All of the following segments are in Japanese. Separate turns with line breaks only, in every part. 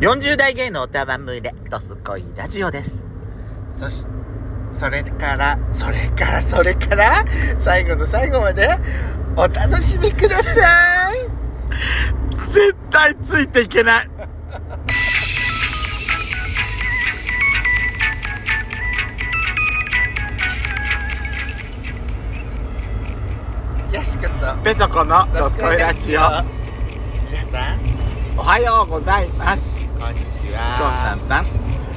40代芸能おたばむれ、ドスコイラジオです。
そし、それから、それから、それから、最後の最後まで、お楽しみください
絶対ついていけない。
よしこと、
ペソコのドスコイラジオ。
皆さん、
おはようございます。
こんにち
こん
は。
ばんは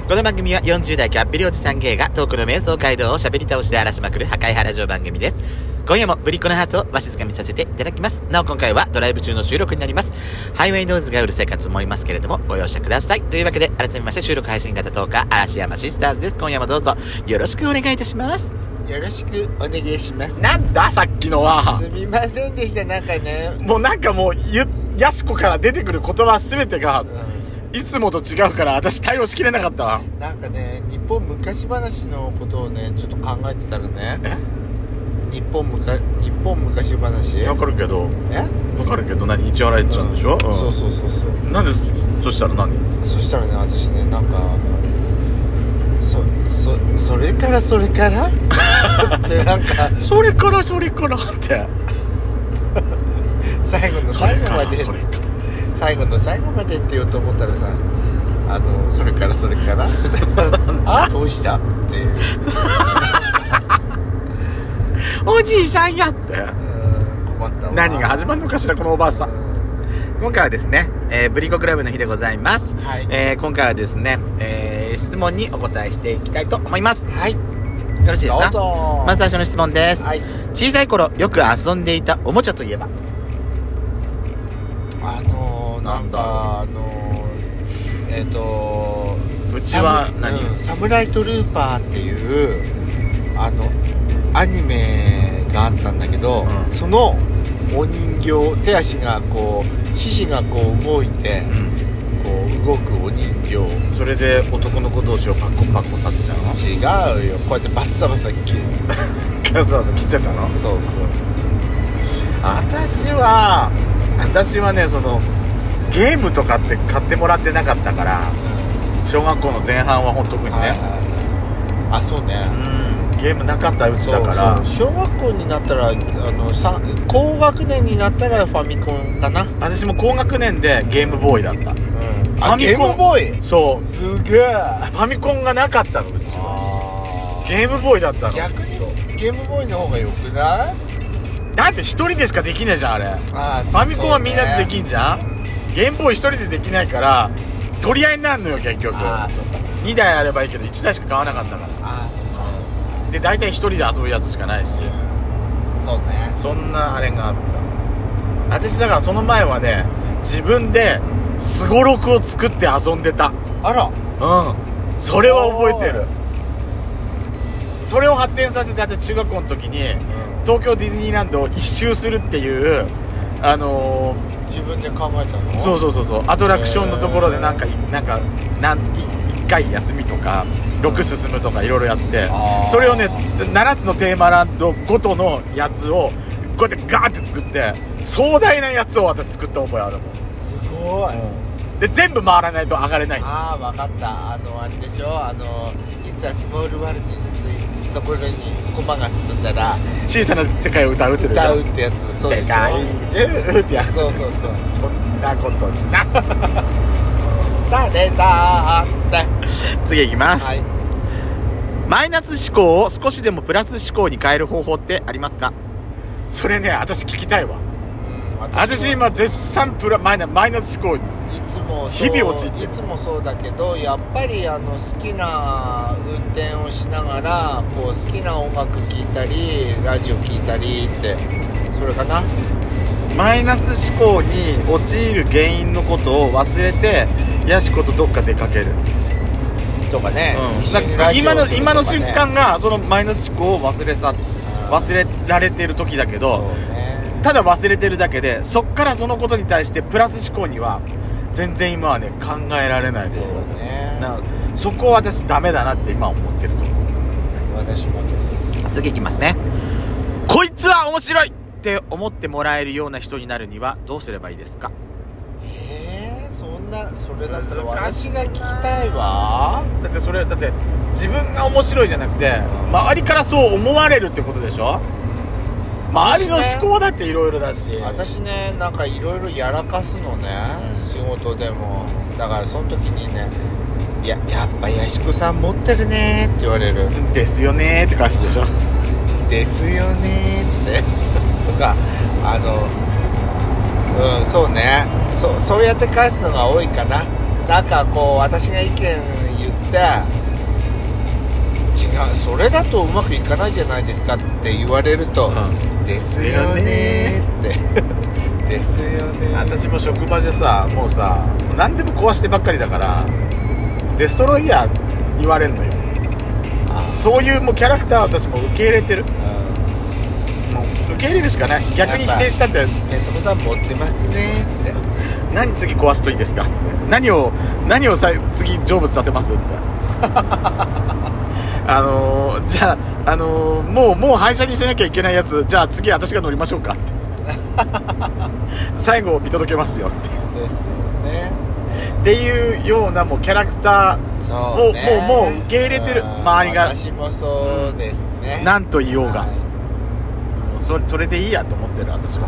この番組は40代キャッピリおじさん芸がトークの瞑想街道を喋り倒しで荒らしまくる破壊原城番組です今夜もぶりっ子のハートをわしづかみさせていただきますなお今回はドライブ中の収録になりますハイウェイノイズがうるさいかと思いますけれどもご容赦くださいというわけで改めまして収録配信型トーカー嵐山シスターズです今夜もどうぞよろしくお願いいたします
よろしくお願いします。
なんださっきのは
すみませんでした、なんかね。
もうなんかもうゆやす子から出てくる言葉全てがいつもと違うから私対応しきれなかったわ
なんかね、日本昔話のことをね、ちょっと考えてたらね、日本むか日本昔話
わかるけど
え
わかるけど何一笑いちゃんでしょ、うん
そうそうそうそう。
なんでそそしたら何
そしたらね私ねなんかそそそれからそれからってなんか
それからそれからって
最後の
そ
最
れ
後
か
ま
ら
で
それか
最後の最後までって言おうと思ったらさあのそれからそれからあどうしたっていう
おじいさんやって
うん困ったわ
何が始まるのかしらこのおばあさん
今回はですね、えー、ブリコクラブの日でございます、
はい
えー今回はですね、えー質問にお答えしていきたいと思いますよ
はい
ろしいです
ど
か
うぞ
まず最初の質問です、
はい
小さい頃よく遊んでいたおもちゃといえば
あのー、なんかあのー、えっ、と
うちは
サム
何
うんサムライトルーパーっていうあのアニメがあったんだけど、
うん
そのお人形手足がこう獅子がこう動いて
う
こう動くお人形違
んそれで男の子同士をパコパコさせた の
うよこうやってバッサバサ切る
わざわざ切ってたの
そうそう
私は私はねそのゲームとかって買ってもらってなかったから小学校の前半は本当特にね、
はいはいはいあそうね、
うんゲームなかったうちだから
そうそう小学校になったらあのさ高学年になったらファミコンかな、うん、
私も高学年でゲームボーイだった
あ
ファミ
ゲー
コン
ムボーイ
そう
すげえ
ファミコンがなかったのうちはゲームボーイだったの
逆にゲームボーイの方がよくない
だって一人でしかできねえじゃんあれフ
あ
ァミコンはみんなででき
ん
んじゃん、ゲームボーイ一人でできないから取り合いになるのよ結局
ああそうかそうか
2台あればいいけど1台しか買わなかったか
あ
らで大体一人で遊ぶやつしかないし
あそうね
そんなあれがあった私だからその前はね自分ですごろくを作って遊んでた
あら
うんそれは覚えてるそれを発展させて私中学校の時に東京ディズニーランドを一周するっていうあの
自分で考えた
ー
の
そう
う
そうそうそうアトラクションのところでなんかいなんかなん1回休みとか6進むとかいろいろやって
あー
それをね7つのテーマランドごとのやつをこうやってガーって作って壮大なやつを私作った覚えあるもん
すごい
で全部回らないと上がれない
ああ分かったあのあれでしょあの「いつはスモールワールド」についところにコマが進んだら
小さな世界を歌うってでし
歌
ょ
うってやつそうでしょ
でかいジューってやつ
そうそうそう
そんなことしな
誰だーって
次いきます、
はい
マイナス思考を少しでもプラス思考に変える方法ってありますか
それね私聞きたいわ
うん
私今絶賛プラマイナマイナス思考
いつもそう
日々落ちて
いつもそうだけどやっぱりあの好きな運転をしながらこう好きな音楽聴いたりラジオ聴いたりってそれかな
マイナス思考に陥る原因のことを忘れてヤシコとどっか出かける、
とかね、一緒に
なんか
ラジオ
今の
すると
今
かね
の瞬間がそのマイナス思考を忘れさ忘れられてる時だけ
そう
ど
ね
ただ忘れてるだけでそっからそのことに対してプラス思考には全然今はね考えられないで
そうね
なそこは私ダメだなって今思ってると思う
私もです
次いきますねこいつは面白いって思ってもらえるような人になるにはどうすればいいですか
えー、そんんなそれだったら
難
私
しい
が聞きたいわ
だってそれだって自分が面白いじゃなくて周りからそう思われるってことでしょ周りの思考だっていろいろだし
私ねなんかいろいろやらかすのね、
うん
仕事でもだからその時にね「いややっぱ八宿さん持ってるね」って言われる
ですよねーって感じでしょ
「ですよね」って とかあのうんそうねそうそうやって返すのが多いかななんかこう私が意見言って「違うそれだとうまくいかないじゃないですか」って言われると「ですよね」って「 ですよね」
私も職場でさもうさ何でも壊してばっかりだからデストロイヤー言われんのよ
あ
そういうもうキャラクター私も受け入れてるもう受け入れるしかない逆に否定したっ
「
て
ねそこさん持ってますね」って
何次壊すといいですか何を何をさ次成仏させますって あのーじゃあ、あのーもうもう廃車にしなきゃいけないやつじゃあ次私が乗りましょうかって 最後見届けますよって
ですよね
っていうようなもうキャラクタ
そうね
もうもうもう受け入れてる
うん
周りが
私もそうですね
ーなんと言おうが、
はい
もうそれそれでいいやと思ってる私は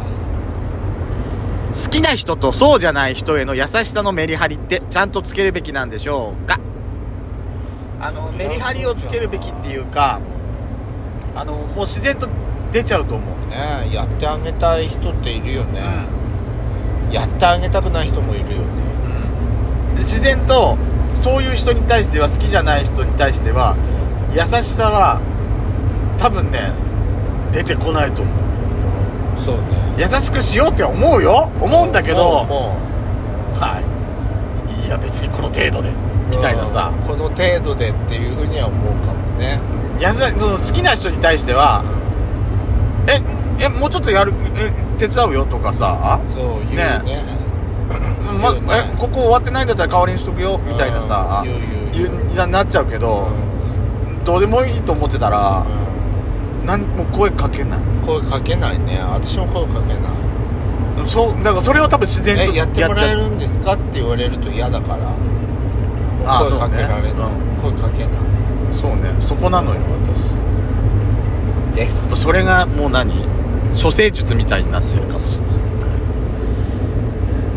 好きな人とそうじゃない人への優しさのメリハリってちゃんとつけるべきなんでしょうかあのメリハリをつけるべきっていうかあのもう自然と出ちゃうと思う
ねやってあげたい人っているよね、やってあげたくない人もいるよね
自然とそういう人に対しては好きじゃない人に対しては優しさは多分ね出てこないと思う
そうね
優しくしようって思うよ思うんだけど
も
はいいや別にこの程度で
う
みたいなさ
うんこの程度でっていうふうには思うかもね
優しその好きな人に対してはええもうちょっとやるえ手伝うよとかさ
そう言うね
ねま
言うね
えここ終わってないんだったら代わりにしとくよみたいなさ
うん言う言
言
う言う
うななっちゃうけどどうでもいいと思ってたらなんもう声かけない
うん声かけないね私も声かけない
そうだからそれを多分自然と
えやってもらえ
る
るんですかって言われると嫌だから
あ
声かけられない、
そうね
声かけない
そうねそこなのよ
です
私それがもう何処世術みたいになってるかもしれない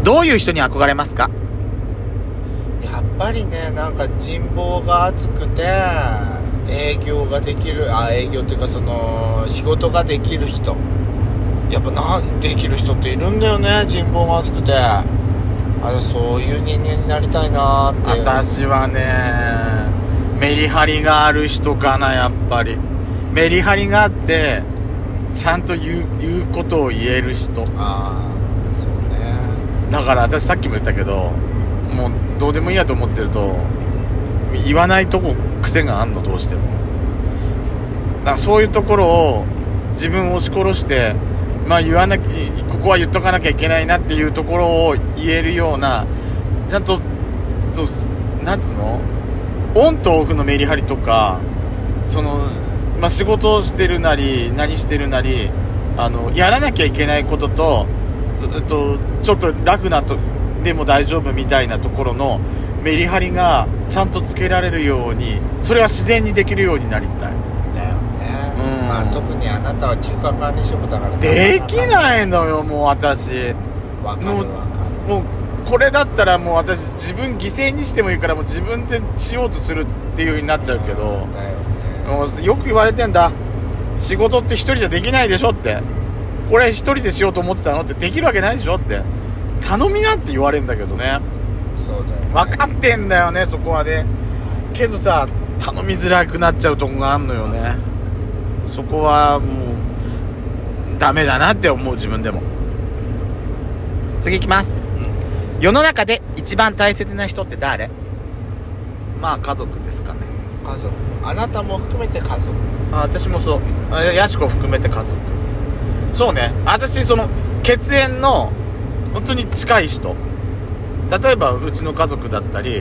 どういう人に憧れますか
やっぱりねなんか人望が厚くて営業ができるあ営業っていうかその仕事ができる人やっぱなんできる人っているんだよね人望が厚くてあそういう人間になりたいなーって
私はねメリハリがある人かなやっぱりメリハリがあってちゃんと言う言うことを言える人
ああそうね
だから私さっきも言ったけどもうどうでもいいやと思ってると言わないとこ癖があんのどうしてもだからそういうところを自分を押し殺してまあ言わなきここは言っとかなきゃいけないなっていうところを言えるようなちゃんととなんつうのオンとオフのメリハリとかその、まあ、仕事をしてるなり何してるなりあのやらなきゃいけないこととえっとちょっとラフなとでも大丈夫みたいなところのメリハリがちゃんとつけられるようにそれは自然にできるようになりたい
だよね
うん
まあ特にあなたは中華管理職だから
でき
い
ないのよもう私
わかるわかる
もうこれだったらもう私自分犠牲にしてもいいからもう自分でしようとするっていうようになっちゃうけど
だよね
もうよく言われてんだ仕事って一人じゃできないでしょってこれ一人でしようと思ってたのってできるわけないでしょって頼みなって言われるんだけどね
そうだよね
分かってんだよねそこはねけどさ頼みづらくなっちゃうとこがあんのよねそこはもうダメだなって思う自分でも
次いきます、世の中で一番大切な人って誰
まあ家族ですかね
家族あなたも含めて家族
あ私もそうあやしこ含めて家族そうね私その血縁の本当に近い人例えばうちの家族だったり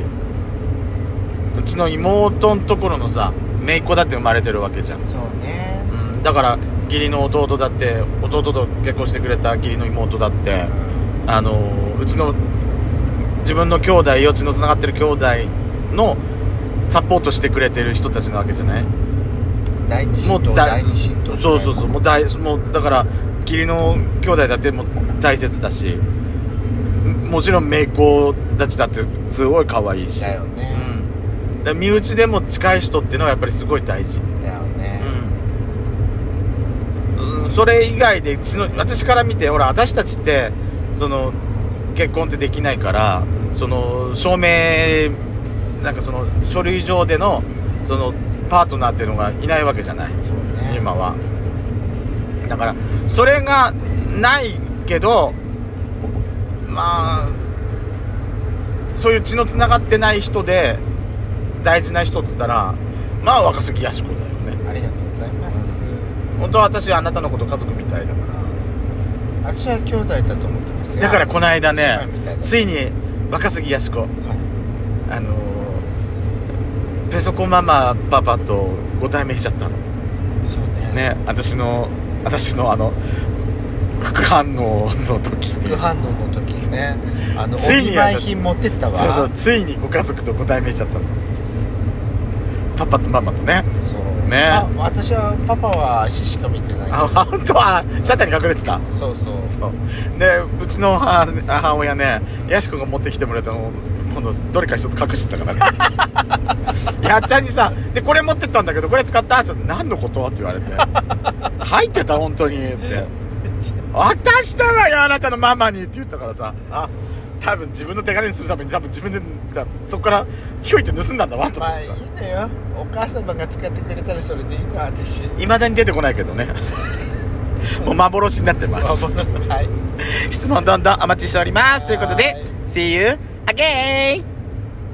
うちの妹のところのさ姪っ子だって生まれてるわけじゃん、
そうね
うん、だから義理の弟だって弟と結婚してくれた義理の妹だってあのうちの自分の兄弟よ血のつながってる兄弟のサポートしてくれてる人たちなわけじゃない
第一神
も
道
うだ
第二神道
そうそうそうもう大もうだから義理の兄弟だってもう大切だしもちろん姪っ子たちだってすごい可愛いし、
だよね、
うん、だ身内でも近い人っていうのはやっぱりすごい大事
だよね、
うん、それ以外で血の私から見てほら私たちってその結婚ってできないからその証明なんかその書類上でのそのパートナーっていうのがいないわけじゃない
そうね
今はだからそれがないけどまあそういう血のつながってない人で大事な人っつったらまあ若杉靖子だよね
ありがとうございます、
本当は私あなたのこと家族みたいだか
私は兄弟だと思ってますよ
らだからこの間ね
姉妹みたいだ
ついに若杉靖子
はい
あのーペソコママパパとご対面しちゃったの
そうね
ね私の私のあの副反応の時
副
に
反応の時にねあのお
ついに
見舞い品持ってったわ
そうそうついにご家族とご対面しちゃったのパパとママとね
そう
ね
あ私はパパは足しか見てない
あ本当はシャッターに隠れてた
そうそう
そうでうちの母母親ねヤシコが持ってきてもらったのを今度どれか一つ隠してたからねやっちゃんにさ「でこれ持ってったんだけどこれ使った?」って言ったら何のこと?」って言われて「入ってた本当に」って「渡したわよあなたのママに」って言ったからさ あ多分自分の手軽にするために多分自分でだそこからひょいって盗んだんだわと思
ま
っ
あい
て
い
さ
のよお母様が使ってくれたらそれでいいの私
いまだに出てこないけどねもう幻になって ます
はい
質問どんどんお待ちしておりますということ
は
で
い
See you again!